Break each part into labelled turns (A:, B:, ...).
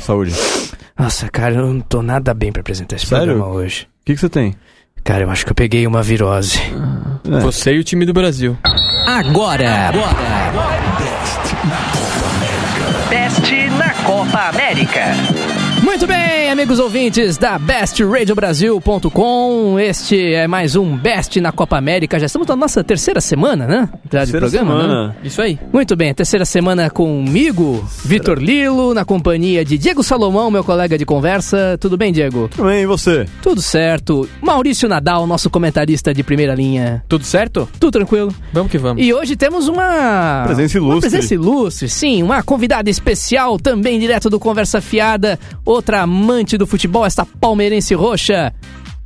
A: Saúde.
B: Nossa, cara, eu não tô nada bem pra apresentar esse
A: Sério?
B: programa hoje.
A: O que, que você tem?
B: Cara, eu acho que eu peguei uma virose.
A: É.
C: Você e o time do Brasil.
D: Agora.
E: Best na Copa América.
D: Muito bem, amigos ouvintes da BestRadioBrasil.com. Este é mais um Best na Copa América. Já estamos na nossa terceira semana, né? Já de
A: Terceira
D: programa,
A: semana.
D: né?
C: Isso aí.
D: Muito bem, terceira semana comigo, Vitor Lilo, na companhia de Diego Salomão, meu colega de conversa. Tudo bem, Diego?
A: Tudo bem, e você?
D: Tudo certo. Maurício Nadal, nosso comentarista de primeira linha.
C: Tudo certo?
D: Tudo tranquilo?
C: Vamos que vamos.
D: E hoje temos uma.
A: Presença ilustre.
D: Uma presença ilustre, sim. Uma convidada especial, também direto do Conversa Fiada. Outra amante do futebol, esta palmeirense roxa.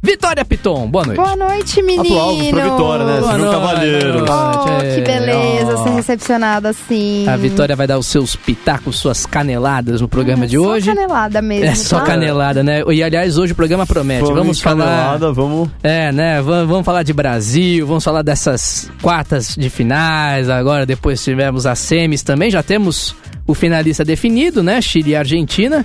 D: Vitória Piton, boa noite.
F: Boa noite, meninos!
A: Aplausos pra Vitória, né? Você viu um
D: noite,
A: cavalheiro.
D: boa noite.
F: Oh, que beleza
D: Ó.
F: ser recepcionada assim.
D: A Vitória vai dar os seus pitacos, suas caneladas no programa de
F: Hum, Só
D: hoje.
F: canelada mesmo.
D: É só
F: tá?
D: canelada, né? E aliás, hoje o programa promete.
A: Falando
D: Vamos
A: em
D: falar.
A: canelada, vamos.
D: É, né? Vamos, vamos falar de Brasil, vamos falar dessas quartas de finais. Agora, depois tivemos as semis também. Já temos o finalista definido, né? Chile e Argentina.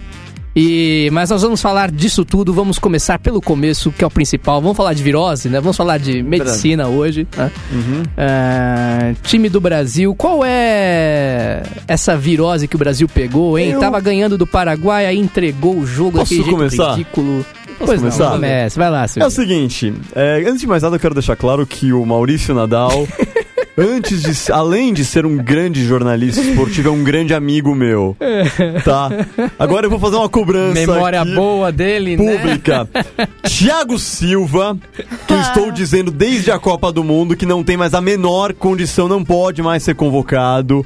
D: E, mas nós vamos falar disso tudo. Vamos começar pelo começo, que é o principal. Vamos falar de virose, né? Vamos falar de medicina hoje. Né?
A: Uhum.
D: Ah, time do Brasil, qual é essa virose que o Brasil pegou, hein?
A: Eu-
D: Tava ganhando do Paraguai, aí entregou o jogo
A: Posso
D: daquele jeito
A: começar?
D: ridículo. pois
A: começar?
D: não, comece. Vai lá, seu
A: É o seguinte, é, antes de mais nada, eu quero deixar claro que o Maurício Nadal, antes de, se- além de ser um grande jornalista esportivo, é um grande amigo meu.
D: É.
A: Tá? Agora eu vou fazer uma cobrança.
C: Memória
A: aqui.
C: boa dele, né?
A: pública. Thiago Silva, que eu estou dizendo desde a Copa do Mundo que não tem mais a menor condição, não pode mais ser convocado.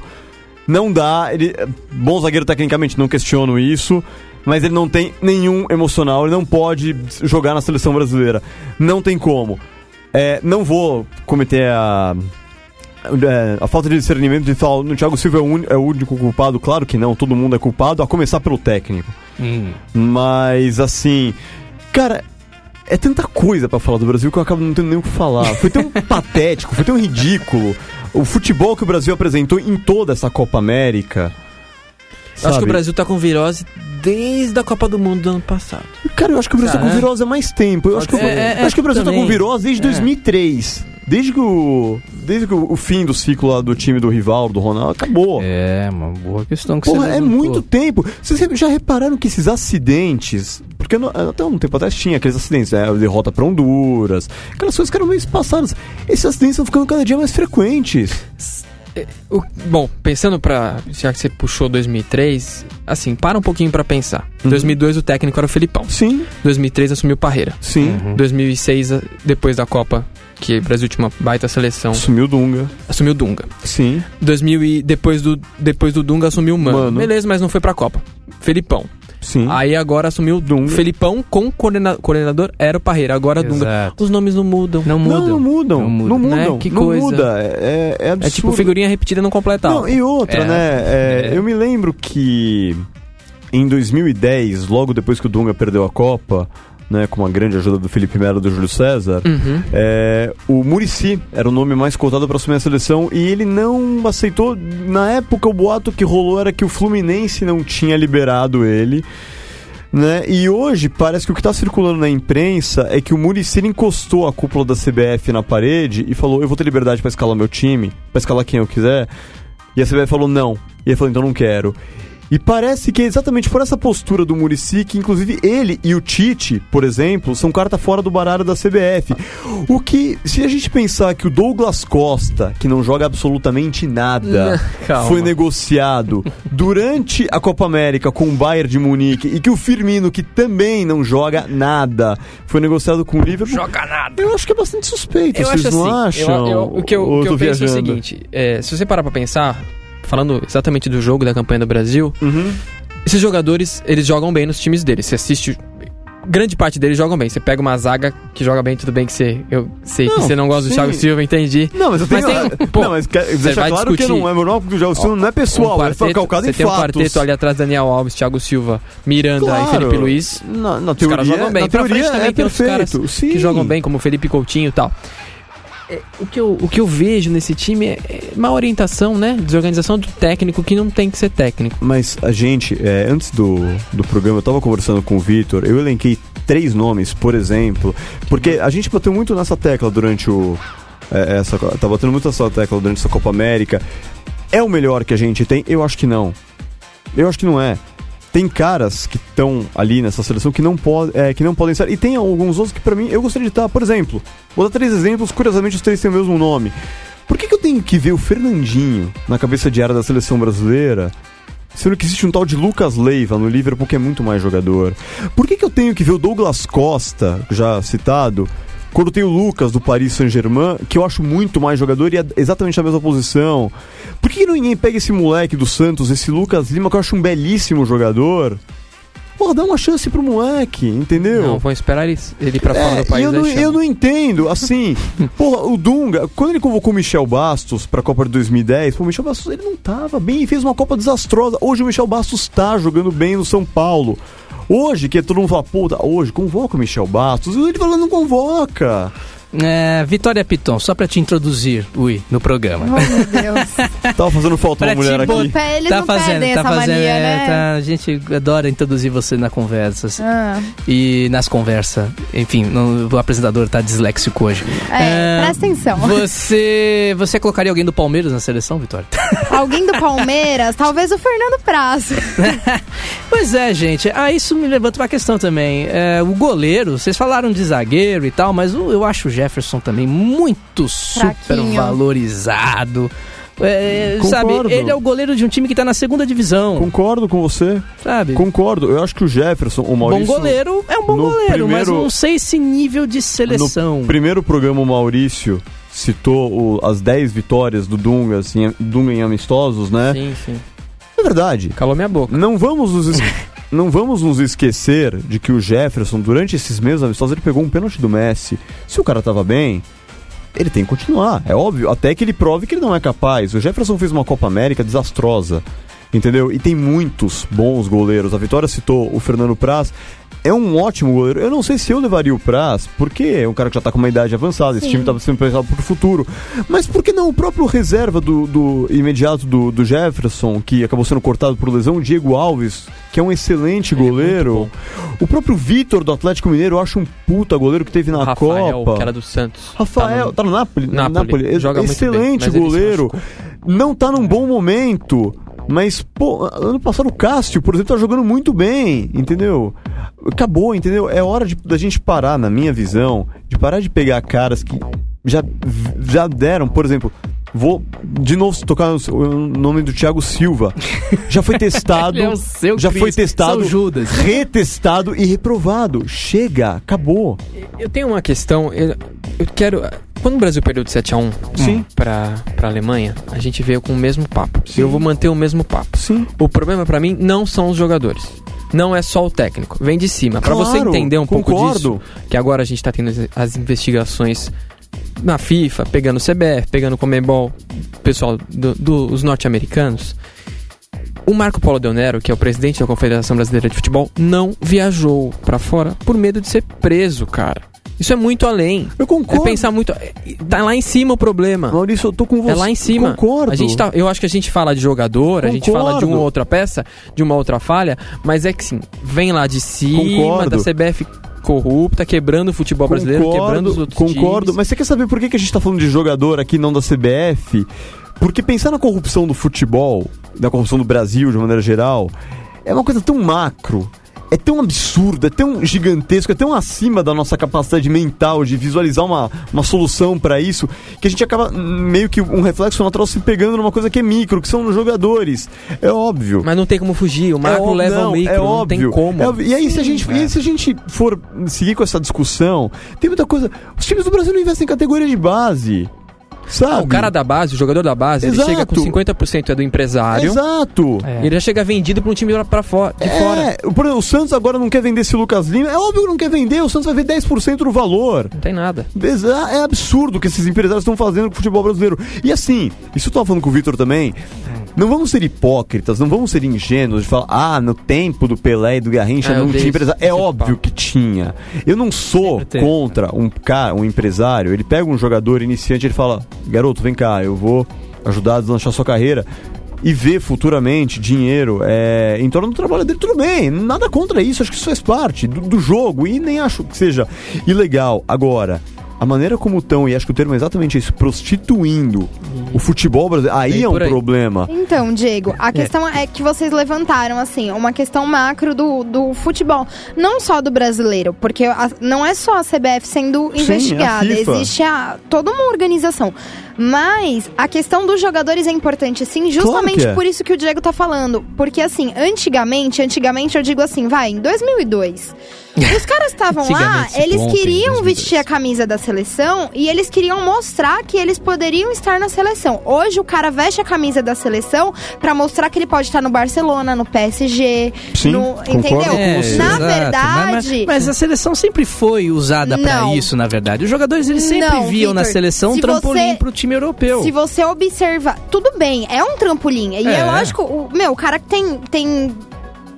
A: Não dá, ele é bom zagueiro tecnicamente, não questiono isso, mas ele não tem nenhum emocional, ele não pode jogar na seleção brasileira. Não tem como. É, não vou cometer a é, a falta de discernimento de falar o Thiago Silva é o, uni- é o único culpado, claro que não, todo mundo é culpado, a começar pelo técnico.
C: Hum.
A: Mas assim, cara, é tanta coisa pra falar do Brasil que eu acabo não tendo nem o que falar. Foi tão patético, foi tão ridículo. O futebol que o Brasil apresentou em toda essa Copa América.
C: Eu Acho que
A: sabe?
C: o Brasil tá com virose desde a Copa do Mundo do ano passado.
A: Cara, eu acho que o Brasil tá
C: Ah,
A: com
C: é?
A: virose há mais tempo. Eu acho que,
C: Pode
A: eu-
C: ser. É,
A: eu acho que o Brasil tá
D: também.
A: com virose desde
D: É.
A: 2003. Desde que o desde que o o fim do ciclo lá do time do rival, do Ronaldo, acabou.
D: É, uma boa questão que
A: Porra,
D: você
A: é
D: levantou.
A: muito tempo. Vocês já repararam que esses acidentes. Porque no- até um tempo atrás tinha aqueles acidentes, né? A derrota pra Honduras, aquelas coisas que eram meio espaçadas. Esses acidentes estão ficando cada dia mais frequentes.
C: O- bom, pensando pra. Já que você puxou 2003, assim, para um pouquinho pra pensar. Em
A: Uhum.
C: 2002 o técnico era o Felipão.
A: Sim,
C: 2003 assumiu Parreira.
A: sim.
D: Uhum.
C: 2006, a- depois da Copa, que o Brasil tinha uma baita seleção,
A: Sumiu Dunga.
C: assumiu Dunga.
A: Sim.
C: 2000 e depois do depois do Dunga assumiu o Mano.
A: Mano.
C: Beleza, mas não foi pra Copa. Felipão.
A: Sim.
C: Aí agora assumiu o
A: Dunga.
C: Felipão com o coordena- coordenador era o Parreira, agora o Dunga.
D: Exato.
C: Os nomes não mudam.
D: Não muda.
A: Não, não mudam. Não
D: Não
A: mudam.
D: mudam,
A: Não,
C: né? Que coisa.
A: muda. É, é absurdo.
C: É tipo figurinha repetida não completada.
A: Não, e outra,
C: É,
A: né? é,
C: é.
A: Eu me lembro que em 2010, logo depois que o Dunga perdeu a Copa, né, com uma grande ajuda do Felipe Melo e do Júlio César,
C: Uhum.
A: é, o Murici era o nome mais cotado para assumir a seleção e ele não aceitou. Na época, o boato que rolou era que o Fluminense não tinha liberado ele. Né? E hoje parece que o que está circulando na imprensa é que o Murici encostou a cúpula da CBF na parede e falou: Eu vou ter liberdade para escalar meu time, para escalar quem eu quiser. E a CBF falou: Não. E ele falou: Então não quero. E parece que é exatamente por essa postura do Murici que, inclusive, ele e o Tite, por exemplo, são carta fora do baralho da CBF. O que, se a gente pensar que o Douglas Costa, que não joga absolutamente nada,
C: Calma.
A: foi negociado durante a Copa América com o Bayern de Munique e que o Firmino, que também não joga nada, foi negociado com o Liverpool.
D: Joga nada.
A: Eu acho que é bastante suspeito,
C: Eu
A: vocês
C: acho
A: não
C: assim. eu-
A: acham?
C: eu- o que eu,
A: Ou
C: o que eu
A: tô
C: penso é o
A: viajando?
C: seguinte: é, se você parar pra pensar, falando exatamente do jogo da campanha do Brasil,
A: Uhum.
C: esses jogadores, eles jogam bem nos times deles. Você assiste. Grande parte deles jogam bem. Você pega uma zaga que joga bem, tudo bem que você. Eu sei
A: Não,
C: que você não gosta
A: sim.
C: do Thiago Silva, entendi.
A: Não, mas eu tenho.
C: Mas tem- pô,
A: não, mas quer- deixa
C: vai
A: claro que
C: discutir- um
A: não é moral, porque o Jogo não é pessoal, é só calcado
C: você
A: em
C: tem um
A: fatos.
C: quarteto ali atrás, Daniel Alves, Thiago Silva, Miranda
A: Claro.
C: e Felipe Luiz.
A: Na, na
C: Os caras
A: teoria,
C: jogam bem.
A: na
C: E pra
A: teoria
C: frente também
A: é
C: tem outros
A: perfeito.
C: caras
A: Sim.
C: que jogam bem, como o Felipe Coutinho e tal. é, o, que eu, o que eu vejo nesse time é, é uma orientação, né? Desorganização do técnico que não tem que ser técnico.
A: Mas a gente, é, antes do, do programa, eu tava conversando com o Vitor, eu elenquei três nomes, por exemplo, porque a gente bateu muito nessa tecla durante o. é, essa, tá batendo muito nessa tecla durante essa Copa América. É o melhor que a gente tem? Eu acho que não. Eu acho que não é. Tem caras que estão ali nessa seleção que não, po é, que não podem estar. E tem alguns outros que, pra mim, eu gostaria de estar. Por exemplo, vou dar três exemplos, curiosamente os três têm o mesmo nome. Por que, que eu tenho que ver o Fernandinho na cabeça de área da seleção brasileira Sendo que existe um tal de Lucas Leiva no Liverpool que é muito mais jogador. Por que, que eu tenho que ver o Douglas Costa, já citado, quando tem o Lucas do Paris Saint-Germain, que eu acho muito mais jogador e é exatamente na mesma posição? Por que, que ninguém pega esse moleque do Santos, esse Lucas Lima, que eu acho um belíssimo jogador? Pô, dá uma chance pro moleque, entendeu?
C: Não, vão esperar ele, ele pra fora
A: É,
C: do país.
A: eu,
C: aí
A: não,
C: chama.
A: eu não entendo, assim, porra, o Dunga, quando ele convocou o Michel Bastos pra Copa de 2010, pô, o Michel Bastos ele não tava bem e fez uma Copa desastrosa. Hoje o Michel Bastos tá jogando bem no São Paulo. Hoje, que todo mundo fala, puta, hoje convoca o Michel Bastos, ele falando não convoca.
D: É, Vitória Piton, só pra te introduzir, Ui, no programa.
F: Oh, meu Deus.
A: Tava fazendo falta uma
D: Pra
A: mulher
D: te
A: aqui.
F: Pé, eles
D: Tá
F: não perdem essa mania,
D: é,
F: né?
D: tá, a gente adora introduzir você na conversa. assim.
F: Ah,
D: E nas conversas. Enfim, não- o apresentador tá disléxico hoje.
F: é,
D: É,
F: presta atenção.
D: Você. Você colocaria alguém do Palmeiras na seleção, Vitória?
F: Alguém do Palmeiras, talvez o Fernando Prazo.
D: Pois é, gente. Ah, isso me levanta uma questão também. É, o goleiro, vocês falaram de zagueiro e tal, mas o- eu acho o Jefferson também muito super
F: Fraquinho.
D: valorizado. É, sabe,
A: Concordo.
D: ele é o goleiro de um time que tá na segunda divisão,
A: Concordo com você,
D: sabe?
A: concordo. Eu acho que o Jefferson, o Maurício.
D: bom goleiro é um bom
A: no
D: goleiro, mas
A: primeiro-
D: não sei esse nível de seleção.
A: Primeiro programa, o Maurício citou o- as 10 vitórias do Dunga, assim, Dunga em amistosos, né?
C: Sim, sim.
A: É verdade.
C: Calou minha boca.
A: Não vamos nos es- não vamos nos esquecer de que o Jefferson durante esses meses amistosos ele pegou um pênalti do Messi. Se o cara tava bem, ele tem que continuar, é óbvio, até que ele prove que ele não é capaz. O Jefferson fez uma Copa América desastrosa. Entendeu? E tem muitos bons goleiros. A Vitória citou o Fernando Praz. É um ótimo goleiro. Eu não sei se eu levaria o Praz, porque é um cara que já tá com uma idade avançada. Esse
F: Sim.
A: time tava sendo pensado pro futuro. Mas por que não o próprio reserva do, do imediato do, do Jefferson, que acabou sendo cortado por lesão, o Diego Alves, que é um excelente goleiro. o próprio Vitor do Atlético Mineiro, eu acho um puta goleiro que teve na
C: Rafael,
A: Copa.
C: que era do Santos.
A: Rafael, tá
C: Tá
A: no, Napoli?
C: Napoli.
A: Ex-
C: Joga muito
A: Excelente
C: bem, mas ele se
A: goleiro. Não tá num bom momento. Mas, pô, ano passado o Cássio, por exemplo, tá jogando muito bem, entendeu? Acabou, entendeu? É hora de- da gente parar, na minha visão, de parar de pegar caras que já, já deram, por exemplo. Vou de novo tocar no no nome do Thiago Silva. Já foi testado.
D: Ele é o seu
A: já foi
D: Cristo,
A: testado,
D: São Judas.
A: retestado e reprovado. Chega, acabou.
C: no- Eu tenho uma questão. Eu, eu quero. Quando o Brasil perdeu de 7x1
A: Sim.
C: pra, pra Alemanha, a gente veio com o mesmo papo. Eu vou manter o mesmo papo.
A: Sim.
C: O problema pra mim não são os jogadores. Não é só o técnico. Vem de cima. Pra você
A: Claro,
C: entender um pouco
A: concordo.
C: disso, que agora a gente tá tendo as- as investigações na FIFA, pegando o CBF, pegando o Comebol, o pessoal do- do- dos norte-americanos. O Marco Polo Del Nero, que é o presidente da Confederação Brasileira de Futebol, não viajou pra fora por medo de ser preso, cara. Isso é muito além.
A: Eu
C: É
A: concordo.
C: pensar muito. Tá lá em cima o problema.
A: Maurício, eu tô com você.
C: Ah. É lá em cima.
A: Concordo.
C: A gente tá, eu acho que a gente fala de jogador, a gente
A: Concordo.
C: fala de uma outra peça, de uma outra falha, mas é que sim, vem lá de cima
A: Concordo.
C: da CBF corrupta, quebrando o futebol brasileiro, quebrando os outros
A: Concordo,
C: times.
A: mas você quer saber por que que a gente tá falando de jogador aqui e não da CBF? Porque pensar na corrupção do futebol, da corrupção do Brasil de maneira geral, é uma coisa tão macro. É tão absurdo, é tão gigantesco, é tão acima da nossa capacidade mental de visualizar uma, uma solução pra isso, que a gente acaba hum, meio que um reflexo natural se pegando numa coisa que é micro, que são os jogadores. É óbvio.
C: Mas não tem como fugir, o macro
A: óbvio,
C: leva
A: não,
C: ao micro,
A: é
C: não
A: óbvio,
C: tem como.
A: É óbvio. e, aí, se a gente, e aí, se a gente for seguir com essa discussão, tem muita coisa. Os times do Brasil não investem em categoria de base. Sabe?
C: Ah, o cara da base, o jogador da base,
A: Exato.
C: ele chega com 50% é do empresário,
A: Exato.
D: É.
C: ele já chega vendido pra um time lá pra fora, de
A: É,
C: fora.
A: por exemplo, o Santos agora não quer vender esse Lucas Lima. É óbvio que não quer vender, o Santos vai ver 10% do valor.
C: Não tem nada.
A: Exa- É absurdo o que esses empresários estão fazendo com o futebol brasileiro. E assim, isso eu tava falando com o Vitor também. Não vamos ser hipócritas, não vamos ser ingênuos de falar, ah, no tempo do Pelé e do Garrincha
C: Ah, eu
A: não
C: odeio
A: tinha empresário.
C: esse-
A: É
C: esse
A: óbvio
C: papo.
A: que tinha. Eu não sou
D: Sempre teve.
A: contra um cara, um empresário. Ele pega um jogador iniciante e ele fala, garoto, vem cá, eu vou ajudar a deslanchar sua carreira. E ver futuramente dinheiro é, em torno do trabalho dele, tudo bem, nada contra isso, acho que isso faz parte do, do jogo e nem acho que seja ilegal. Agora, a maneira como estão, e acho que o termo é exatamente isso, prostituindo o futebol brasileiro, aí
C: Bem
A: é um
C: por aí.
A: problema.
F: Então, Diego, a questão é que vocês levantaram, assim, uma questão macro do, do futebol. Não só do brasileiro, porque a- não é só a CBF sendo
A: Sim, é
F: investigada.
A: a FIFA.
F: existe a, toda uma organização. Mas a questão dos jogadores é importante, sim, justamente
A: que é.
F: por isso que o Diego tá falando. Porque, assim, antigamente, antigamente eu digo assim, vai, em 2002... Os caras estavam lá,
C: Antigamente,
F: eles
C: ontem,
F: queriam
C: 2002.
F: vestir a camisa da seleção e eles queriam mostrar que eles poderiam estar na seleção. Hoje o cara veste a camisa da seleção pra mostrar que ele pode estar no Barcelona, no PSG,
A: Sim,
F: no,
A: concordo
F: entendeu?
A: com
D: você.
F: na
D: É, Exato, né? Mas,
F: verdade,
D: mas a seleção sempre foi usada pra
F: Não.
D: isso, na verdade. Os jogadores eles sempre
F: Não,
D: viam
F: Vitor.
D: na seleção um
F: Se
D: trampolim
F: você-
D: pro time europeu.
F: se você observar, tudo bem, é um trampolim. E é,
D: É.
F: lógico, o, meu, o cara que tem tem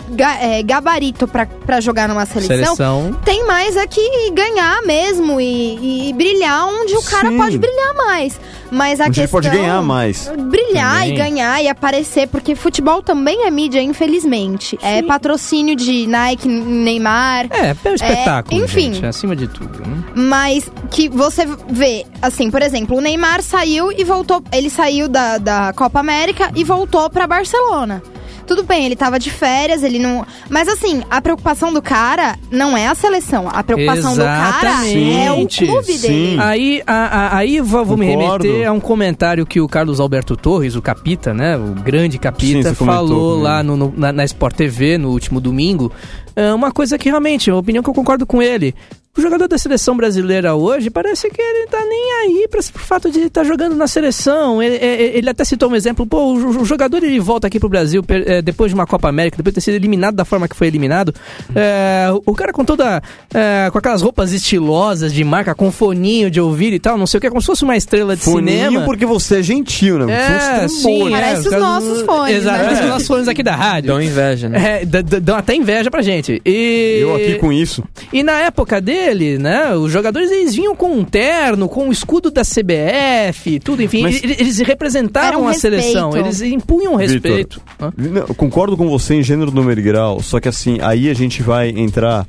F: ga- é, gabarito pra- pra jogar numa seleção,
D: seleção.
F: tem mais é que ganhar mesmo e, e brilhar onde o cara
A: Sim.
F: pode brilhar mais. Mas a
A: Onde
F: questão.
A: ele pode ganhar mais.
F: Brilhar
D: Também.
F: e ganhar e aparecer, porque futebol também é mídia, infelizmente. É patrocínio de Nike, Neymar,
D: É, é um espetáculo.
F: enfim.
D: gente, é acima de tudo. Né?
F: mas que você vê, assim, por exemplo, o Neymar saiu e voltou. Ele saiu da, da Copa América e voltou pra Barcelona. Tudo bem, ele tava de férias, ele não. Mas assim, a preocupação do cara não é a seleção. A preocupação do cara é o
D: Exatamente,
F: clube
A: sim.
F: dele.
D: Aí, a- a- aí vou, vou me
A: Hum. Concordo.
D: remeter a um comentário que o Carlos Alberto Torres, o capita, né? O grande capita,
A: Sim, você comentou
D: falou
A: comigo.
D: lá no- no- na, na Sport TV no último domingo. É uma coisa que realmente, uma opinião que eu concordo com ele. O jogador da seleção brasileira hoje parece que ele tá nem aí pra, pro fato de estar jogando na seleção. Ele, é- ele até citou um exemplo, pô, o, jo- o jogador ele volta aqui pro Brasil per- é, depois de uma Copa América, depois de ter sido eliminado da forma que foi eliminado. É, o- o cara com toda. é, com aquelas roupas estilosas de marca, com foninho de ouvir e tal, não sei o que, é como se fosse uma estrela de
A: Foninho
D: cinema.
A: porque você é gentil, né?
D: É,
A: Você é um
D: sim,
A: trambone.
D: é,
F: Parece os
D: caras-
F: nossos fones,
D: Exato,
F: né?
D: parece os nossos fones aqui da rádio.
C: Dão inveja, né?
D: É, d- d- dão até inveja pra gente. E...
A: Hum. Eu aqui com isso.
D: E na época dele, né, os jogadores eles vinham com um terno, com o escudo da CBF, tudo, enfim,
A: Mas-
D: eles, eles representavam
F: Era um
D: a
F: respeito.
D: seleção, eles impunham respeito. né. Hã?
A: Não, eu concordo com você em gênero, número e grau, só que assim, aí a gente vai entrar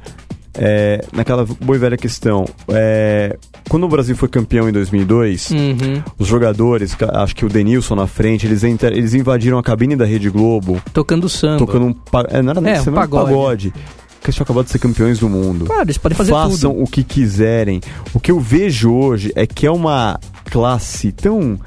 A: é, naquela boa e velha questão. É, quando o Brasil foi campeão em 2002,
D: Uhum.
A: os jogadores, ca- acho que o Denilson na frente, eles, entra- eles invadiram a cabine da Rede Globo,
D: Tocando samba.
A: tocando um, pa- é, não era nem
D: É, um
A: samba, era um
D: pagode.
A: pagode. Que eles tinham acabado de ser campeões do mundo.
D: Claro, eles
C: É
D: podem fazer
A: Façam
D: tudo.
A: o que quiserem. O que eu vejo hoje é que é uma classe tão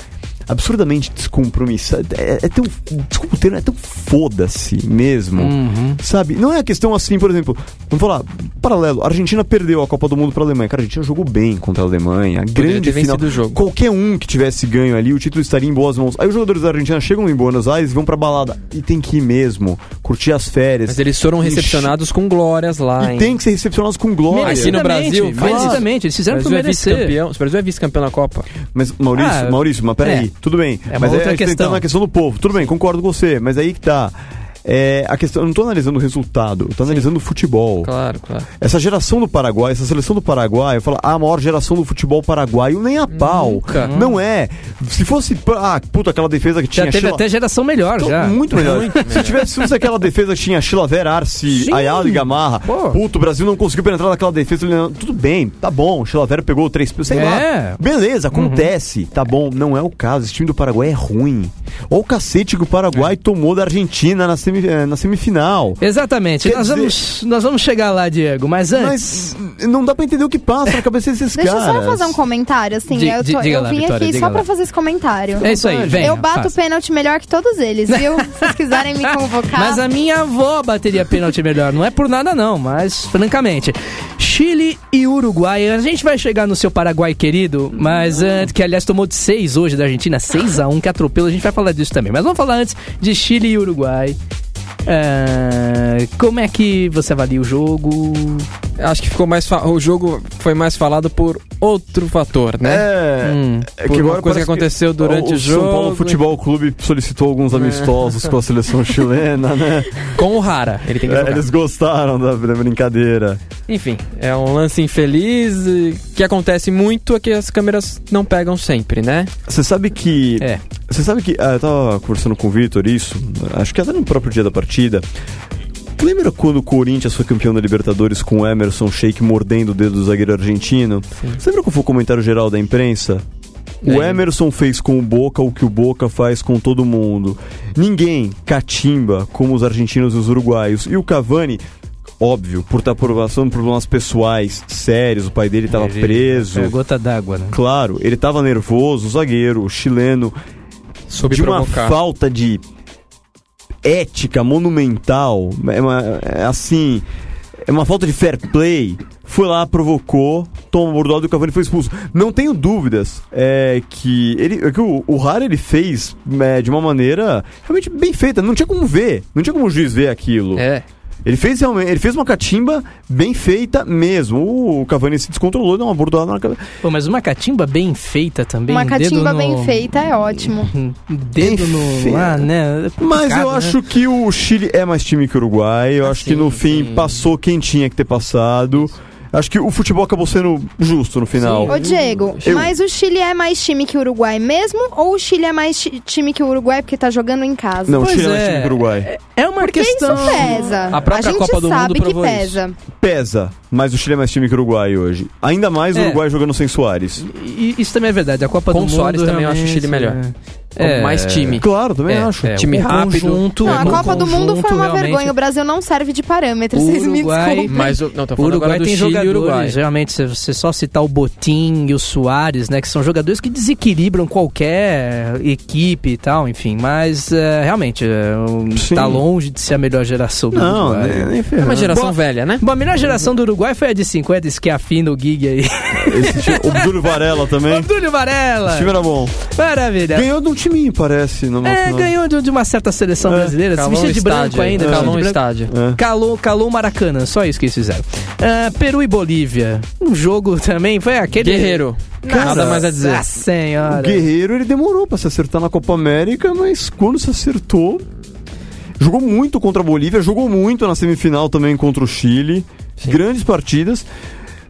A: absurdamente descompromissada. É, é tão. Desculpa o termo, é tão foda-se mesmo.
D: Uhum.
A: Sabe? Não é a questão assim, por exemplo, vamos falar, paralelo, a Argentina perdeu a Copa do Mundo para a Alemanha. Cara, a Argentina jogou bem contra a Alemanha. Grande
C: ter
A: final.
C: vencido o jogo.
A: Qualquer um que tivesse ganho ali, o título estaria em boas mãos. Aí os jogadores da Argentina chegam em Buenos Aires e vão pra balada. E tem que ir mesmo, curtir as férias.
C: Mas eles foram
A: Ixi.
C: recepcionados com glórias lá,
A: E
C: hein?
A: tem que ser recepcionados com glória.
C: Merecidamente. Aqui no Brasil,
D: Merecidamente, merecidamente, eles
C: O
D: fizeram por
C: Brasil é
D: merecer.
C: vice-campeão. O Brasil é vice-campeão na Copa.
A: Mas, Maurício,
D: Ah,
A: Maurício, mas peraí,
D: é.
A: tudo bem.
D: É uma
A: mas
D: outra
A: é,
D: questão.
A: na questão do povo. Tudo bem, concordo com você, mas aí que tá. É, a questão, eu não tô analisando o resultado, eu tô analisando o futebol.
C: Claro, claro.
A: Essa geração do Paraguai, essa seleção do Paraguai, eu falo, ah, a maior geração do futebol paraguaio, nem a pau.
C: Nunca.
A: Não é. Se fosse, ah, puta, aquela defesa que
D: Já
A: tinha
D: teve
A: Sheila-
D: até geração melhor,
A: Então,
D: já.
A: Muito melhor. Se tivesse fosse aquela defesa que tinha Sheila Vera, Arce,
D: Sim.
A: Ayala e Gamarra,
D: Pô.
A: puto, o Brasil não conseguiu penetrar naquela defesa. ele não- Tudo bem, tá bom. Sheila Vera pegou três sei
D: É.
A: lá. Beleza,
C: Uhum.
A: acontece. Tá bom, não é o caso. Esse time do Paraguai é ruim. Olha o cacete que o
C: É.
A: Paraguai tomou da Argentina na, semi- eh, na semifinal.
D: Exatamente.
A: Quer
D: Nós
A: dizer-
D: vamos, nós vamos chegar lá, Diego, mas
A: Mas
D: antes.
A: eh, não dá pra entender o que passa na cabeça desses
F: Deixa eu
A: caras.
F: só fazer um comentário, assim.
D: Di-
F: eu,
D: di-
F: tô-
D: diga
F: eu
D: lá,
F: vim
D: Vitória,
F: aqui
D: diga
F: só
D: lá.
F: pra fazer esse comentário.
D: É isso aí, vem.
F: eu bato pênalti melhor que todos eles, viu? Se vocês quiserem me convocar.
D: Mas a minha avó bateria pênalti melhor. Não é por nada, não, mas francamente. Chile e Uruguai. A gente vai chegar no seu Paraguai querido,
F: Hum.
D: mas antes, que aliás tomou de 6 hoje da Argentina, 6 a 1 que atropelo. A gente vai falar disso também. Mas vamos falar antes de Chile e Uruguai. Ah, como é que você avalia o jogo?
C: Acho que ficou mais. fa- O jogo foi mais falado por outro fator, né?
A: É.
C: Hum,
A: É
C: por uma coisa
A: parece
C: que aconteceu durante o, jogo. É.
A: São Paulo Futebol Clube solicitou alguns amistosos para a seleção chilena, né?
C: Com o Rara, ele tem que
A: É,
C: jogar.
A: eles gostaram da, da brincadeira.
C: Enfim, é um lance infeliz e que acontece muito é que as câmeras não pegam sempre, né?
A: Você sabe que.
D: É.
A: Você sabe que. ah, eu tava conversando com o Vitor isso, acho que até no próprio dia da partida. Lembra quando o Corinthians foi campeão da Libertadores com o Emerson Sheik mordendo o dedo do zagueiro argentino? Você lembra qual foi o comentário geral da imprensa? O
C: É.
A: Emerson fez com o Boca o que o Boca faz com todo mundo. Ninguém catimba como os argentinos e os uruguaios. E o Cavani, óbvio, por estar passando por problemas pessoais sérios, o pai dele estava
D: Ele-
A: preso.
D: É gota d'água, né?
A: Claro, ele tava nervoso, o zagueiro, o chileno,
C: Soube
A: de uma
C: provocar.
A: falta de ética monumental, é uma- é assim, é uma falta de fair play. Foi lá, provocou, toma o bordado e o Cavani foi expulso. Não tenho dúvidas é, que ele, é que o, o Rara ele fez é, de uma maneira realmente bem feita. Não tinha como ver, não tinha como o juiz ver aquilo.
C: É.
A: Ele fez realmente, ele fez uma catimba bem feita mesmo. O Cavani se descontrolou, deu uma bordada na cabeça.
D: Pô, mas uma catimba bem feita também.
F: Uma
D: um dedo
F: catimba
D: no-
F: bem feita é ótimo.
D: um Dedo
A: Enfim.
D: no. Ah, né? É
A: Mas
D: complicado,
A: eu
D: né?
A: acho que o Chile é mais time que o Uruguai. Eu
C: Ah,
A: acho
C: sim,
A: que
D: Assim,
A: no fim
C: sim.
A: passou quem tinha que ter passado. Acho que o futebol acabou sendo justo no final.
C: Sim.
F: Ô Diego,
A: Eu-
F: mas o Chile é mais time que o Uruguai mesmo? Ou o Chile é mais ti- time que o Uruguai porque tá jogando em casa?
A: Não, o
D: Pois
A: Chile é mais
D: é.
A: time que o Uruguai.
D: É uma
F: porque
D: questão.
F: isso pesa.
C: A própria
F: gente
C: Copa do
F: sabe
C: Mundo
F: que
C: provou
F: pesa.
A: Pesa, mas o Chile é mais time que o Uruguai hoje. Ainda mais o
D: É.
A: Uruguai jogando sem Soares.
D: E- Isso também é verdade. A Copa
C: Com
D: do
C: Soares
D: Mundo.
C: também eu acho o
D: realmente,
C: Chile melhor.
D: É. É,
C: Mais time.
A: Claro, também
C: É,
A: acho.
D: é,
C: Time
D: o
C: rápido.
D: conjunto-
F: Não, a
D: o
F: Copa do Mundo foi
D: é um conjunto
F: uma
D: realmente-
F: vergonha. O Brasil não serve de parâmetro, vocês me
D: Uruguai-
F: desculpem.
C: Mas o- não, tô
D: O
C: falando
D: Uruguai
C: agora É do
D: tem
C: Chile e
D: jogadores,
C: Uruguai.
D: realmente, se você só citar o Botim e o Soares, né, que são jogadores que desequilibram qualquer equipe e tal, enfim, mas é, realmente, é, um-
A: Sim.
D: tá longe de ser a melhor geração do
A: Não, né?
D: Uruguai.
A: nem, nem
C: É uma
A: ferrando.
C: geração
D: Bom,
C: velha, né?
D: Bom, a melhor geração do Uruguai foi a de 50, Schiaffino, Gig aí.
A: Esse time- O Dúlio Varela também.
D: Abdulho Varela!
A: Esse time era bom.
D: Maravilha!
A: Ganhou de um timinho, parece. Numa
D: é,
A: final.
D: ganhou de, de uma certa seleção
A: É,
D: brasileira, se
C: Calou
D: vestia
C: o
D: de
C: estádio,
D: branco ainda,
A: é.
D: vestia de
C: Calou um
D: branco.
C: estádio.
A: É.
D: Calou, calou o Maracanã, só isso que eles fizeram. Ah, Peru e Bolívia. Um jogo também, foi aquele.
C: Guerreiro. Nada mais a dizer.
D: Nossa senhora.
A: O Guerreiro ele demorou pra se acertar na Copa América, mas quando se acertou, jogou muito contra a Bolívia, jogou muito na semifinal também contra o Chile, grandes partidas.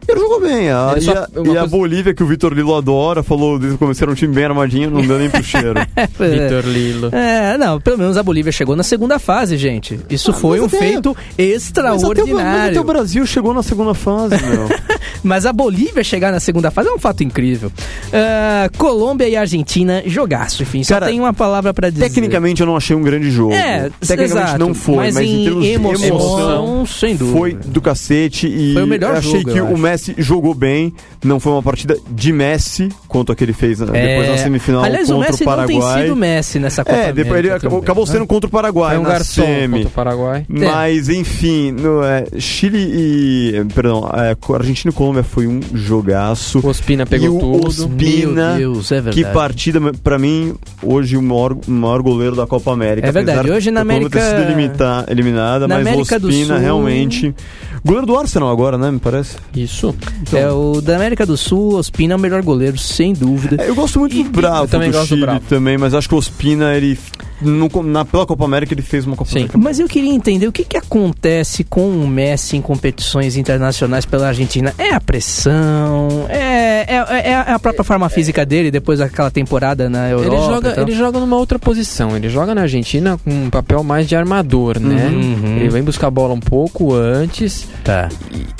A: Ele jogou bem. A,
C: Ele
A: e
C: só-
A: a,
C: uma
A: e a
C: coisa-
A: Bolívia, que o Vitor Lilo adora, falou desde o começo era um time bem armadinho, não deu nem pro cheiro.
D: É.
C: Vitor Lilo.
D: É, não, pelo menos a Bolívia chegou na segunda fase, gente. Isso foi
A: Ah, mas
D: um
A: até-
D: feito
A: mas, até o, mas até o
D: extraordinário. Mas,
A: Brasil chegou na segunda fase, meu.
D: a Bolívia chegar na segunda fase é um fato incrível. Ah, Colômbia e Argentina, jogaço, enfim. Só
A: Cara,
D: tem uma palavra pra dizer.
A: Tecnicamente eu não achei um grande jogo.
D: É,
A: Tecnicamente
D: exato,
A: não foi, mas,
D: mas,
A: em, termos de
D: emoção, sem dúvida.
A: Foi do cacete e
D: Foi o melhor
A: eu achei
D: jogo,
A: que
D: eu
A: o
D: acho.
A: Messi jogou bem. Não foi uma partida de Messi, quanto a que ele fez né,
D: É.
A: depois na semifinal
D: Aliás,
A: contra
D: o Messi
A: o Paraguai.
D: não tem sido Messi nessa Copa
A: é, depois
D: América
A: ele acabou,
D: também,
A: acabou
D: né?
A: sendo contra o Paraguai
C: Foi um
A: na
C: garçom
A: semi.
C: contra o Paraguai.
A: Mas enfim, no, é, Chile e. Perdão, é, Argentina e Colômbia foi um jogaço.
C: O Ospina
A: E o
C: pegou tudo.
A: Ospina- Pina,
D: Meu Deus, é verdade.
A: Que partida, pra mim, hoje o maior, o maior goleiro da Copa América.
D: É verdade,
A: Apesar
D: hoje na
A: da Colômbia ter
D: América-
A: sido elimita- eliminada,
D: Na
A: mas
D: América do
A: Ospina
D: Sul-
A: realmente. Goleiro do Arsenal agora, né? Me parece.
C: Isso.
A: Então.
D: É o da América do Sul, Ospina é o melhor goleiro, sem dúvida.
A: É, Eu gosto muito
D: E-
A: do Bravo,
C: eu
A: do
C: também gosto do
A: Chile
C: Bravo.
A: também, mas acho que o Ospina, ele. no- na, pela Copa América, ele fez uma Copa
C: Sim.
A: América.
D: Mas eu queria entender o que, que acontece com o Messi em competições internacionais pela Argentina. É a pressão? É, é, é a própria forma física dele depois daquela temporada na Europa?
C: Ele joga, ele joga numa outra posição. Ele joga na Argentina com um papel mais de armador, né?
D: Uhum.
C: Ele vem buscar a bola um pouco antes
D: Tá.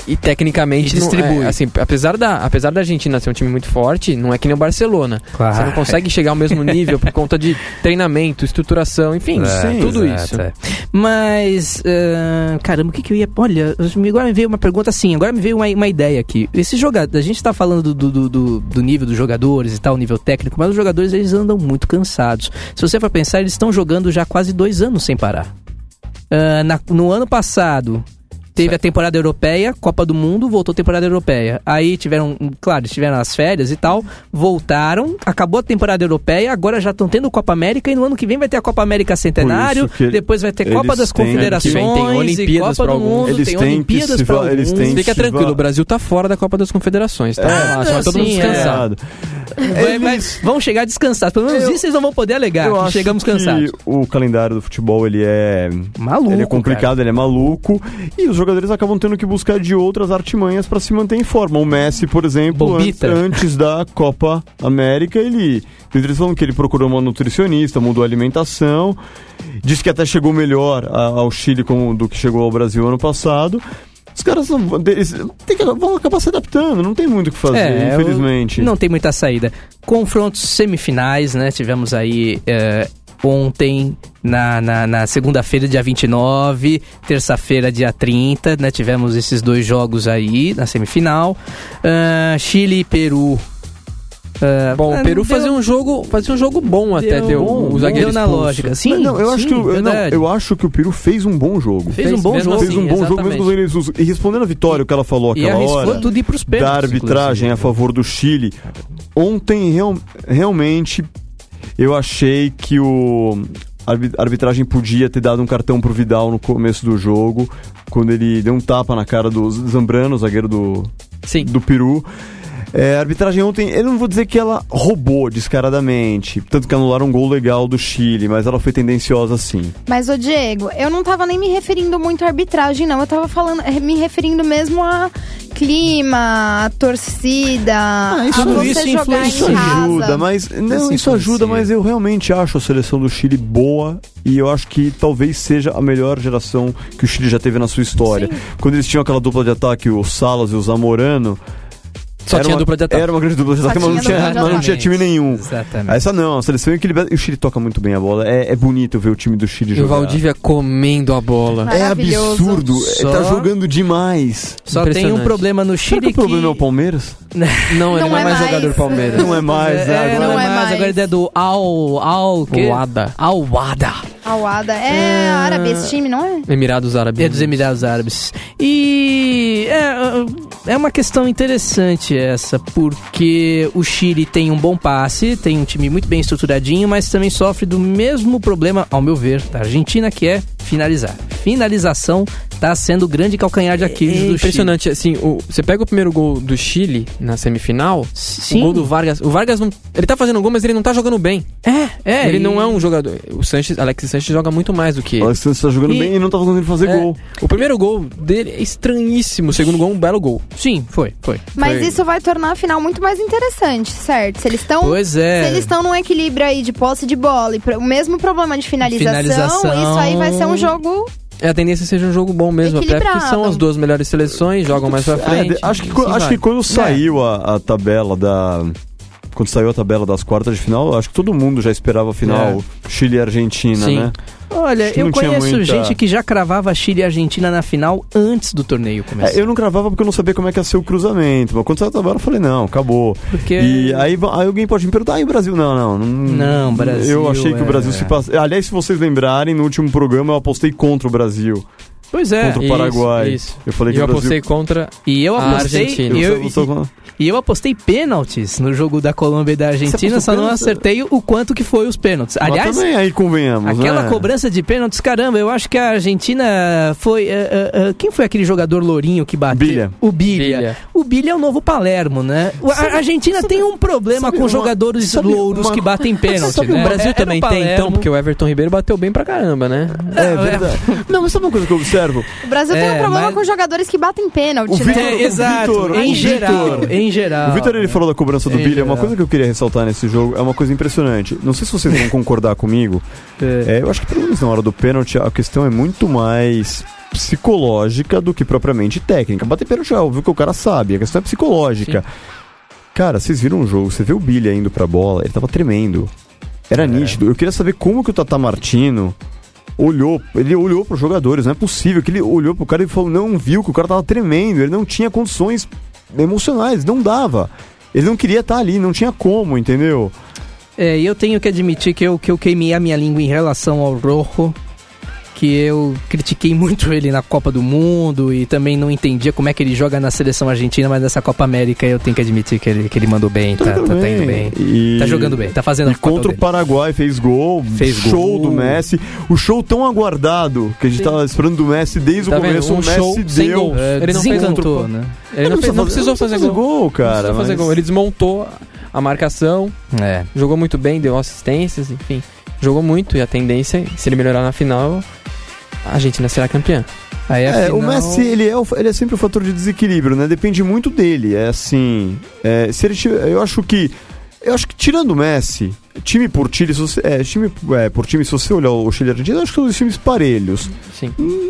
C: e, e tecnicamente
D: E
C: não-
D: distribui.
C: é, assim, apesar da, apesar da Argentina ser um time muito forte, não é que nem o Barcelona.
D: Claro.
C: Você não consegue chegar ao mesmo nível por conta de treinamento, estruturação, enfim,
A: Sim,
C: tudo
D: exato,
C: isso.
D: é. Mas, ah, caramba, o que que eu ia... Olha, agora me veio uma pergunta assim, agora me veio uma, uma ideia aqui. Esse jogador, a gente tá falando do, do, do- do nível dos jogadores e tal, nível técnico, mas os jogadores, eles andam muito cansados. Se você for pensar, eles estão jogando já quase dois anos sem parar. Ah, na- no ano passado... Teve a temporada europeia, Copa do Mundo, voltou a temporada europeia. Aí tiveram, hum, claro, eles tiveram as férias e tal, voltaram, acabou a temporada europeia, agora já estão tendo Copa América e no ano que vem vai ter a Copa América Centenário,
A: que ele-
D: depois vai ter Copa
A: eles
D: das
A: têm que-
D: Confederações,
C: Que vem tem
D: e
C: Olimpíadas
D: Copa
C: pra
D: do
C: alguns.
D: Mundo,
A: Eles
D: tem
A: têm que
D: Olimpíadas
A: se
D: pra
A: va- eles
D: alguns.
A: têm
C: Fica
A: Se vá-
C: tranquilo, o Brasil tá fora da Copa das Confederações, tá?
A: É.
C: Relaxa, vai todo mundo
D: Sim, é.
C: descansar.
D: Vai- vai- vão chegar descansados. Pelo menos
A: Eu-
D: isso vocês não vão poder alegar,
A: Eu
D: que
A: acho
D: chegamos
A: que
D: cansados.
A: O calendário do futebol ele é
D: Maluco.
A: ele é complicado, ele é maluco e os jogadores acabam tendo que buscar de outras artimanhas pra se manter em forma. O Messi, por exemplo, an-
D: Bombita.
A: antes da Copa América, ele eles falam que ele procurou uma nutricionista, mudou a alimentação, disse que até chegou melhor a- ao Chile como do que chegou ao Brasil ano passado. Os caras não- eles- tem que- vão acabar se adaptando, não tem muito o que fazer,
D: É, eu-
A: infelizmente.
D: Não tem muita saída. Confrontos semifinais, né? Tivemos aí é, ontem, na, na, na segunda-feira, dia 29, terça-feira, dia 30, né? Tivemos esses dois jogos aí na semifinal. Ah, Chile e Peru. Ah,
C: Bom,
D: ah,
C: o Peru
D: deu-
C: fazia um jogo, fazia um jogo bom até,
D: deu-
C: deu
D: bom,
C: o zagueiro
D: deu na
C: expulso.
D: lógica. Sim,
A: Mas não, eu acho
D: sim,
A: que o, eu- não,
D: verdade.
A: eu acho que o Peru fez um bom jogo.
D: Fez, um
C: fez,
D: bom
C: mesmo
D: jogo.
A: fez um
D: sim,
A: bom jogo, mesmo com
D: exatamente.
A: eles. E respondendo a vitória, o que ela falou
D: E
A: aquela
D: arriscou
A: hora.
D: tudo ir pros pênaltis.
A: Da arbitragem a
D: inclusive.
A: favor do Chile. Ontem, real- realmente, eu achei que o. A arbi- arbitragem podia ter dado um cartão pro Vidal no começo do jogo, quando ele deu um tapa na cara do Zambrano, zagueiro do,
C: Sim.
A: do Peru. É, a arbitragem ontem, eu não vou dizer que ela roubou descaradamente, tanto que anularam um gol legal do Chile, mas ela foi tendenciosa sim.
F: Mas, ô Diego, eu não tava nem me referindo muito à arbitragem, não. Eu tava falando, eh, me referindo mesmo a clima, a torcida, a
D: tudo
F: você
D: Ah, isso
F: jogar
D: influencia.
A: Isso
F: Tá em casa. Tá
A: ajuda, mas não,
C: Isso
A: isso ajuda,
C: influencia.
A: mas eu realmente acho a seleção do Chile boa e eu acho que talvez seja a melhor geração que o Chile já teve na sua história. Quando eles tinham aquela dupla de ataque, o Salas e o Zamorano,
C: Só
A: era
C: tinha
A: uma,
C: dupla de ataque.
A: Era uma grande dupla de
F: Só
A: ataque, mas não
F: tinha
A: tinha,
F: dupla de
A: mas não tinha time nenhum.
D: Exatamente.
A: Essa não, a seleção é equilibrada. E o Chile toca muito bem a bola. É, é bonito ver o time do Chile
C: E o
A: jogar.
C: Valdívia comendo a bola.
A: É
F: Maravilhoso.
A: absurdo, é, tá
D: Só-
A: jogando demais.
D: Só tem um
C: Impressionante.
D: problema no Chile
A: Será que o problema é o
D: que...
A: Palmeiras?
C: Não, ele não, é mais jogador do Palmeiras.
A: Não é mais, né?
D: É,
A: Agora-
D: não é mais. Agora ele é do Al... Al... que?
C: Wada.
D: Al-Wada.
F: Awada. É,
C: É.
F: árabe esse time, não é?
C: Emirados Árabes.
D: É
A: Uhum.
D: dos Emirados Árabes. E é, é uma questão interessante essa, porque o Chile tem um bom passe, tem um time muito bem estruturadinho, mas também sofre do mesmo problema, ao meu ver, da Argentina, que é finalizar. Finalização tá sendo o grande calcanhar de
C: É
D: Aquiles do Chile.
C: impressionante, assim, o- você pega o primeiro gol do Chile na semifinal,
D: Sim.
C: o gol do Vargas, o Vargas não, ele tá fazendo gol, mas ele não tá jogando bem.
D: É, é.
C: ele
D: e-
C: não é um jogador, o Sanches, Alexis Sanches joga muito mais do que
A: O
C: ele.
A: Alexandre está jogando
D: É. E-
A: bem e não tá conseguindo fazer
C: É.
A: gol.
C: O primeiro gol dele é estranhíssimo, o segundo gol é um belo gol.
D: Sim, foi, foi.
F: Mas
C: Foi.
F: isso vai tornar a final muito mais interessante, certo? Se eles estão.
D: Pois é.
F: Se eles estão num equilíbrio aí de posse de bola e pro- o mesmo problema de finalização,
D: Finalização.
F: isso aí vai ser um jogo.
C: É, a tendência seja um jogo bom mesmo, até porque são
F: Equilibrado.
C: as duas melhores seleções, jogam mais pra frente.
A: É, de- acho que,
C: assim
A: quan- acho
C: vai.
A: que
D: É.
A: quando saiu a, a tabela da. Quando saiu a tabela das quartas de final, acho que todo mundo já esperava a final
D: É.
A: Chile e Argentina,
C: Sim.
A: né?
D: Olha,
A: Acho que
D: eu
A: não tinha
D: conheço
A: muita-
D: gente que já cravava Chile e Argentina na final antes do torneio começar.
A: É, eu não gravava porque eu não sabia como é que ia ser o cruzamento, mas quando saiu a tabela eu falei, não, acabou.
D: Porque...
A: E aí, va- aí alguém pode me perguntar, ah, e o Brasil? Não, não. Não,
D: Não, Brasil
A: Eu achei que o
D: é-
A: Brasil se passa. Aliás, se vocês lembrarem, no último programa eu apostei contra o Brasil,
D: Pois é.
A: contra o
C: isso,
A: Paraguai.
C: isso.
A: Eu falei
C: E
A: que
C: eu
A: o Brasil.
C: apostei contra
D: E eu
C: A
D: apostei.
C: Argentina.
D: e eu-
A: Eu sou- eu sou-
D: e eu apostei pênaltis no jogo da Colômbia e da Argentina,
A: apostou
D: só não
A: pênalti?
D: acertei o quanto que foi os pênaltis. Aliás,
A: mas também aí convenhamos.
D: aquela
A: né?
D: cobrança de pênaltis, caramba, eu acho que a Argentina foi. eh, eh, eh, quem foi aquele jogador lourinho que bateu?
A: Bilha.
D: O Bilha.
C: Bilha.
D: O Bilha é o novo Palermo, né? O- a Argentina tem um problema
A: sabe
D: com
A: uma-
D: jogadores
A: sabe um
D: louros
A: uma-
D: que batem pênalti,
C: Sabe,
D: né?
C: O Brasil
D: Era
C: também
D: o
C: tem, então,
D: Palermo.
C: porque o Everton Ribeiro bateu bem pra caramba, né?
A: É verdade. Não, mas sabe uma coisa que eu observo?
F: O Brasil tem
D: É,
F: um problema
D: mas-
F: com jogadores que batem
A: O
F: pênalti,
A: Vitor-
F: né?
D: É, exato.
A: Vitor,
D: em
A: o
D: geral.
A: Vitor.
D: Em geral.
A: O Vitor ele falou da cobrança do
D: Em
A: Billy, é uma
D: geral.
A: coisa que eu queria ressaltar nesse jogo, é uma coisa impressionante. Não sei se vocês vão concordar comigo.
D: É.
A: É, eu acho que pelo menos na hora do pênalti a questão é muito mais psicológica do que propriamente técnica. Bater pênalti é óbvio que o cara sabe, a questão é psicológica. Cara, vocês viram o jogo, você vê o Billy indo pra bola, ele tava tremendo.
D: É.
A: Era nítido. Eu queria saber como que o Tata Martino olhou, ele olhou pros jogadores, não é possível que ele olhou pro cara e falou, não viu que o cara tava tremendo, ele não tinha condições emocionais, não dava. Ele não queria estar ali, não tinha como, entendeu?
D: É, e eu tenho que admitir que eu, que eu queimei a minha língua em relação ao Rojo, que eu critiquei muito ele na Copa do Mundo e também não entendia como é que ele joga na seleção argentina, mas nessa Copa América eu tenho que admitir que ele, que ele mandou bem, tá, tá, tá indo bem.
A: E-
D: Tá jogando bem, tá fazendo
A: E
D: a Copa
A: contra o
D: dele.
A: Paraguai fez gol,
D: Fez
A: show
D: gol.
A: do Messi. O show tão aguardado que a gente tava esperando do Messi desde
C: Tá
A: o
C: vendo?
A: começo.
C: Um
A: o Messi
C: show sem
A: deu.
C: gol.
D: É,
C: Ele não fez
D: desencantou,
C: outro-
D: né?
C: Ele não, fez- não precisou fazer gol.
A: cara.
C: não precisou fazer
A: mas-
C: gol. Ele desmontou a marcação,
D: É.
C: jogou muito bem, deu assistências, enfim. Jogou muito e a tendência, se ele melhorar na final, a Argentina será campeã.
D: Aí
A: É,
C: assim,
D: afinal-
A: o Messi, ele é, o- ele é sempre o fator de desequilíbrio, né? Depende muito dele. É assim. é, se ele tiver- eu acho que. Eu acho que tirando o Messi, time por time, se você, é, time, é, por time, se você olhar o Chile e a Argentina, eu acho que são os times parelhos.
C: Sim.
A: Hum,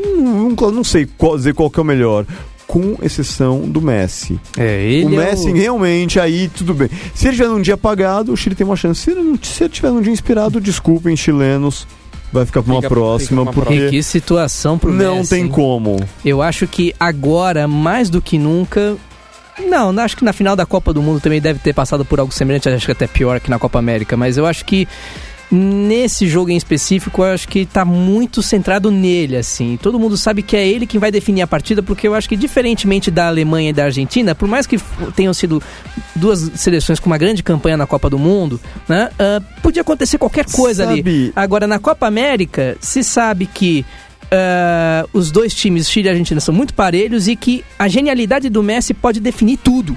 A: Não, não sei qual, dizer qual que é o melhor. Com exceção do Messi.
D: É, ele
A: o
D: é
A: Messi realmente, aí tudo bem. Se ele tiver num dia apagado, o Chile tem uma chance. Se ele, não- se ele tiver num dia inspirado, desculpem, chilenos. Vai ficar pra uma
C: Fica- fica
A: próxima,
C: pra uma
A: porque
D: E que situação pro
A: não
D: Messi,
A: tem
D: hein?
A: como.
D: Eu acho que agora, mais do que nunca. Não, acho que na final da Copa do Mundo também deve ter passado por algo semelhante, acho que até pior que na Copa América, mas eu acho que nesse jogo em específico, eu acho que tá muito centrado nele, assim. Todo mundo sabe que é ele quem vai definir a partida, porque eu acho que, diferentemente da Alemanha e da Argentina, por mais que f- tenham sido duas seleções com uma grande campanha na Copa do Mundo, né? ah, podia acontecer qualquer coisa ali.
A: Sabe,
D: Agora, na Copa América, se sabe que ah, os dois times, Chile e Argentina, são muito parelhos e que a genialidade do Messi pode definir tudo.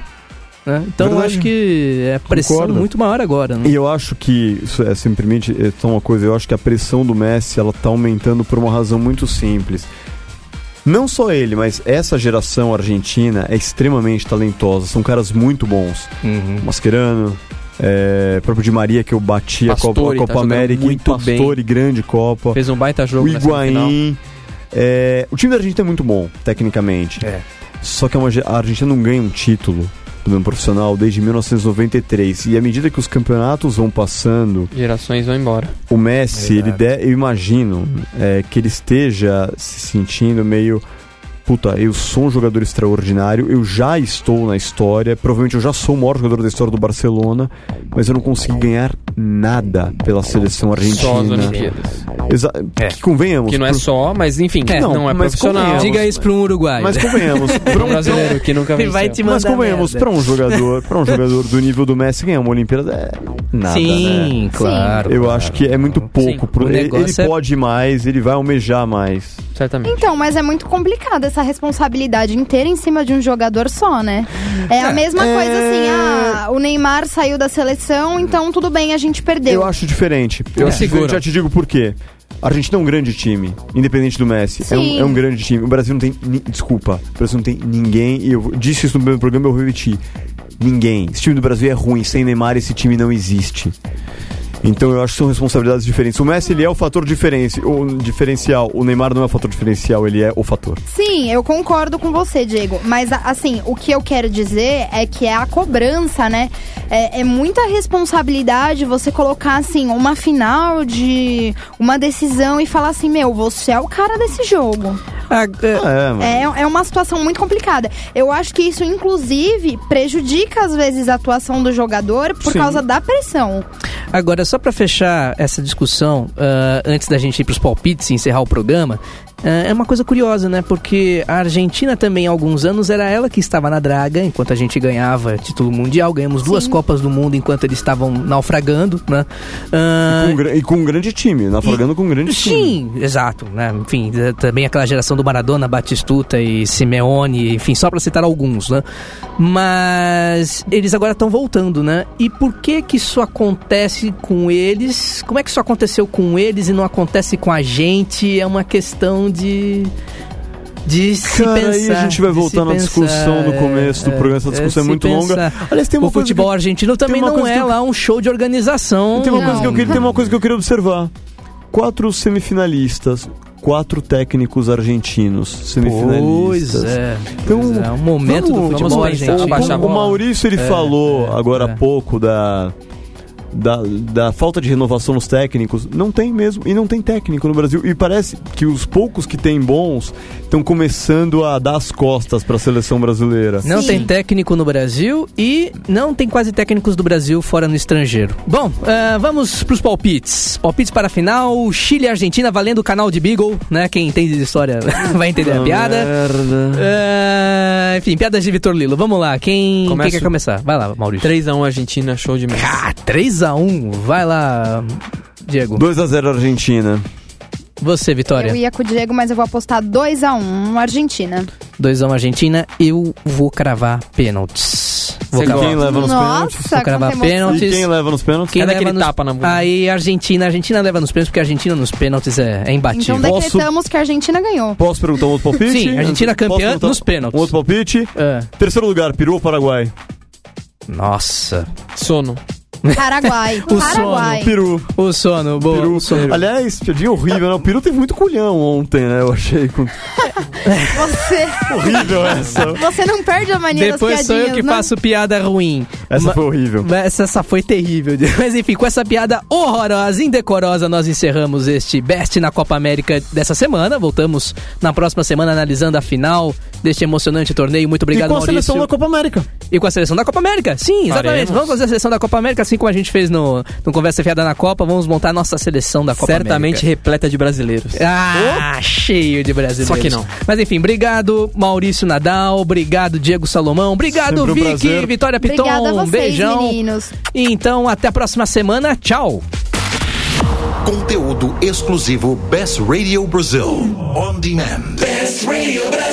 D: né? Então, eu
A: Verdade.
D: acho que é pressão
A: Concordo.
D: muito maior agora. Né?
A: E eu acho que, isso é, se me permite é só uma coisa, eu acho que a pressão do Messi ela tá aumentando por uma razão muito simples. Não só ele, mas essa geração argentina é extremamente talentosa, são caras muito bons. Uhum. Mascherano, é, próprio Di Maria que eu bati a Copa, a
C: Pastore tá
A: Copa
C: jogando
A: América, em
C: muito bem.
A: Pastore, grande Copa.
C: Fez um baita jogo
A: o
C: na semifinal.
A: Higuaín. é, o time da Argentina é muito bom, tecnicamente.
B: É.
A: Só que é uma ge- a Argentina não ganha um título do mesmo profissional desde 1993. E à medida que os campeonatos vão passando,
C: Gerações vão embora.
A: o Messi, ele
B: Verdade.
A: de, eu imagino é, que ele esteja se sentindo meio. Puta, eu sou um jogador extraordinário, eu já estou na história, provavelmente eu já sou o maior jogador da história do Barcelona, mas eu não consegui ganhar nada pela seleção
C: Só as
A: argentina.
C: Olimpíadas.
A: Exa-
B: É.
A: Que convenhamos.
C: Que não é
A: pro-
C: só, mas enfim,
D: É,
C: não, é
A: mas
C: profissional.
A: convenhamos.
D: Diga isso para um uruguaio.
A: Mas convenhamos,
C: Pra
A: pra
C: um
A: um-
C: brasileiro que nunca
D: Ele
C: venceu.
D: vai te mandar
A: mas convenhamos,
D: merda.
A: pra um jogador, para um jogador do nível do Messi ganhar uma Olimpíada é nada, né?
D: Sim, claro.
A: Eu
D: claro.
A: acho que é muito pouco.
C: Sim,
A: pro-
D: o
A: ele
D: negócio
A: ele
D: é-
A: pode mais, ele vai almejar mais.
C: Certamente.
F: Então, mas é muito complicado essa responsabilidade inteira em cima de um jogador só, né? É a mesma
A: é-
F: coisa assim, ah, o Neymar saiu da seleção, então tudo bem, a gente perdeu.
A: Eu acho diferente.
C: É.
A: Eu acho
C: Segura.
A: diferente, já te digo por quê. A Argentina é um grande time, independente do Messi. É um,
F: Sim.
A: é um grande time. O Brasil não tem. ni- Desculpa, o Brasil não tem ninguém. E eu disse isso no primeiro programa, eu vou repetir. Ninguém. Esse time do Brasil é ruim. Sem Neymar, esse time não existe. Então eu acho que são responsabilidades diferentes. O Messi ele é o fator diferenci- o diferencial. O Neymar não é o fator diferencial, ele é o fator.
F: Sim, eu concordo com você, Diego. Mas, a- assim, o que eu quero dizer é que é a cobrança, né? É, é muita responsabilidade você colocar, assim, uma final de uma decisão e falar assim: meu, você é o cara desse jogo.
D: Ah, é,
A: É, mano.
F: É, é uma situação muito complicada. Eu acho que isso, inclusive, prejudica, às vezes, a atuação do jogador por
A: Sim.
F: causa da pressão.
D: Agora, só pra fechar essa discussão, ah, antes da gente ir pros palpites e encerrar o programa, ah, é uma coisa curiosa, né? Porque a Argentina também, há alguns anos, era ela que estava na draga, enquanto a gente ganhava título mundial, ganhamos duas
F: Sim.
D: Copas do Mundo enquanto eles estavam naufragando, né? Ah,
A: Com um gra- e com um grande time, naufragando com um grande time.
D: Sim, exato, né? Enfim, eh, também aquela geração do Maradona, Batistuta e Simeone, enfim, só pra citar alguns, né? Mas eles agora estão voltando, né? E por que que isso acontece com eles? Como é que isso aconteceu com eles e não acontece com a gente? É uma questão de de se
A: Cara,
D: pensar.
A: aí a gente vai
D: de se
A: voltar na
D: pensar,
A: discussão no
D: é,
A: começo do
D: é,
A: programa, essa discussão é
D: se
A: muito longa.
D: pensar.
A: Aliás, tem uma
D: O
A: coisa
D: futebol é um argentino também
A: uma
D: não
A: coisa
D: é
A: que eu-
D: lá um show de organização.
A: Tem uma,
F: Não.
A: coisa que eu queria, tem uma coisa que eu queria observar. Quatro semifinalistas, quatro técnicos argentinos semifinalistas.
D: Pois é.
A: Então,
D: pois é, é um momento
A: vamos-
D: do futebol
C: vamos pensar,
D: argentino.
C: abaixar a
A: O
C: bola.
A: Maurício ele
D: É,
A: falou
D: é,
A: agora
D: é.
A: há pouco da da, da falta de renovação nos técnicos. Não tem mesmo, e não tem técnico no Brasil. E parece que os poucos que tem bons estão começando a dar as costas para a seleção brasileira.
D: Não
F: Sim.
D: tem técnico no Brasil e não tem quase técnicos do Brasil fora no estrangeiro. Bom, ah, vamos pros palpites. Palpites para a final, Chile e Argentina valendo o canal de Beagle, né? Quem entende de história vai entender a piada.
A: Merda.
D: Ah, enfim, piadas de Vitor Lilo. Vamos lá, quem, quem
C: Começo.
D: quer começar? Vai lá, Maurício.
C: 3x1 Argentina, show de merda.
D: Ah, 3x1. Vai lá, Diego.
A: 2 a 0 Argentina.
D: Você, Vitória.
F: Eu ia com o Diego, mas eu vou apostar 2x1 Argentina.
D: 2x1 Argentina. Eu vou cravar pênaltis. Vou
C: Você
A: E
D: cravar.
A: quem leva nos pênaltis?
F: Nossa,
D: Vou cravar
F: quanta emoção.
A: E
D: pênalti.
A: quem leva nos pênaltis?
D: Quem
C: É daquele
D: leva nos-
C: tapa na bunda.
D: Aí Argentina, Argentina leva nos pênaltis, porque a Argentina nos pênaltis é, é imbatível.
F: Então
A: Posso-
F: decretamos que a Argentina ganhou.
A: Posso perguntar um outro palpite?
D: Sim, Argentina
A: Posso
D: campeã
A: perguntar
D: nos pênaltis.
A: Um outro palpite.
D: Ah,
A: Terceiro lugar, Peru ou Paraguai?
D: nossa.
C: Sono.
F: Paraguai.
D: O
F: Paraguai.
A: Peru.
D: O sono, boa.
A: Peru.
D: o sono.
A: Aliás, piadinha horrível, né? O Peru teve muito culhão ontem, né? Eu achei com-
F: Você,
A: horrível essa.
F: você não perde a mania
D: Depois
F: das
D: sou
F: piadinhas, né?
D: eu que
F: não?
D: faço piada ruim.
A: Essa
D: Ma-
A: foi horrível.
D: Essa, essa foi terrível. Mas enfim, com essa piada horrorosa, indecorosa, nós encerramos este Best na Copa América dessa semana. Voltamos na próxima semana analisando a final deste emocionante torneio. Muito obrigado,
A: e com a
D: Maurício.
A: seleção da Copa América.
D: E com a seleção da Copa América. Sim, exatamente.
C: Faremos.
D: Vamos fazer a seleção da Copa América, assim como a gente fez no, no Conversa Fiada na Copa. Vamos montar a nossa seleção da Copa
C: Certamente
D: América.
C: repleta de brasileiros.
D: Ah, cheio de brasileiros.
C: Só que não.
D: Mas enfim, obrigado Maurício Nadal, obrigado Diego Salomão, obrigado
A: Sempre um
D: Vicky,
A: prazer.
D: Vitória Piton,
F: Obrigada a vocês,
D: beijão.
F: meninos.
D: Então, até a próxima semana. Tchau.
G: Conteúdo exclusivo Best Radio Brasil. On demand. Best Radio Brasil.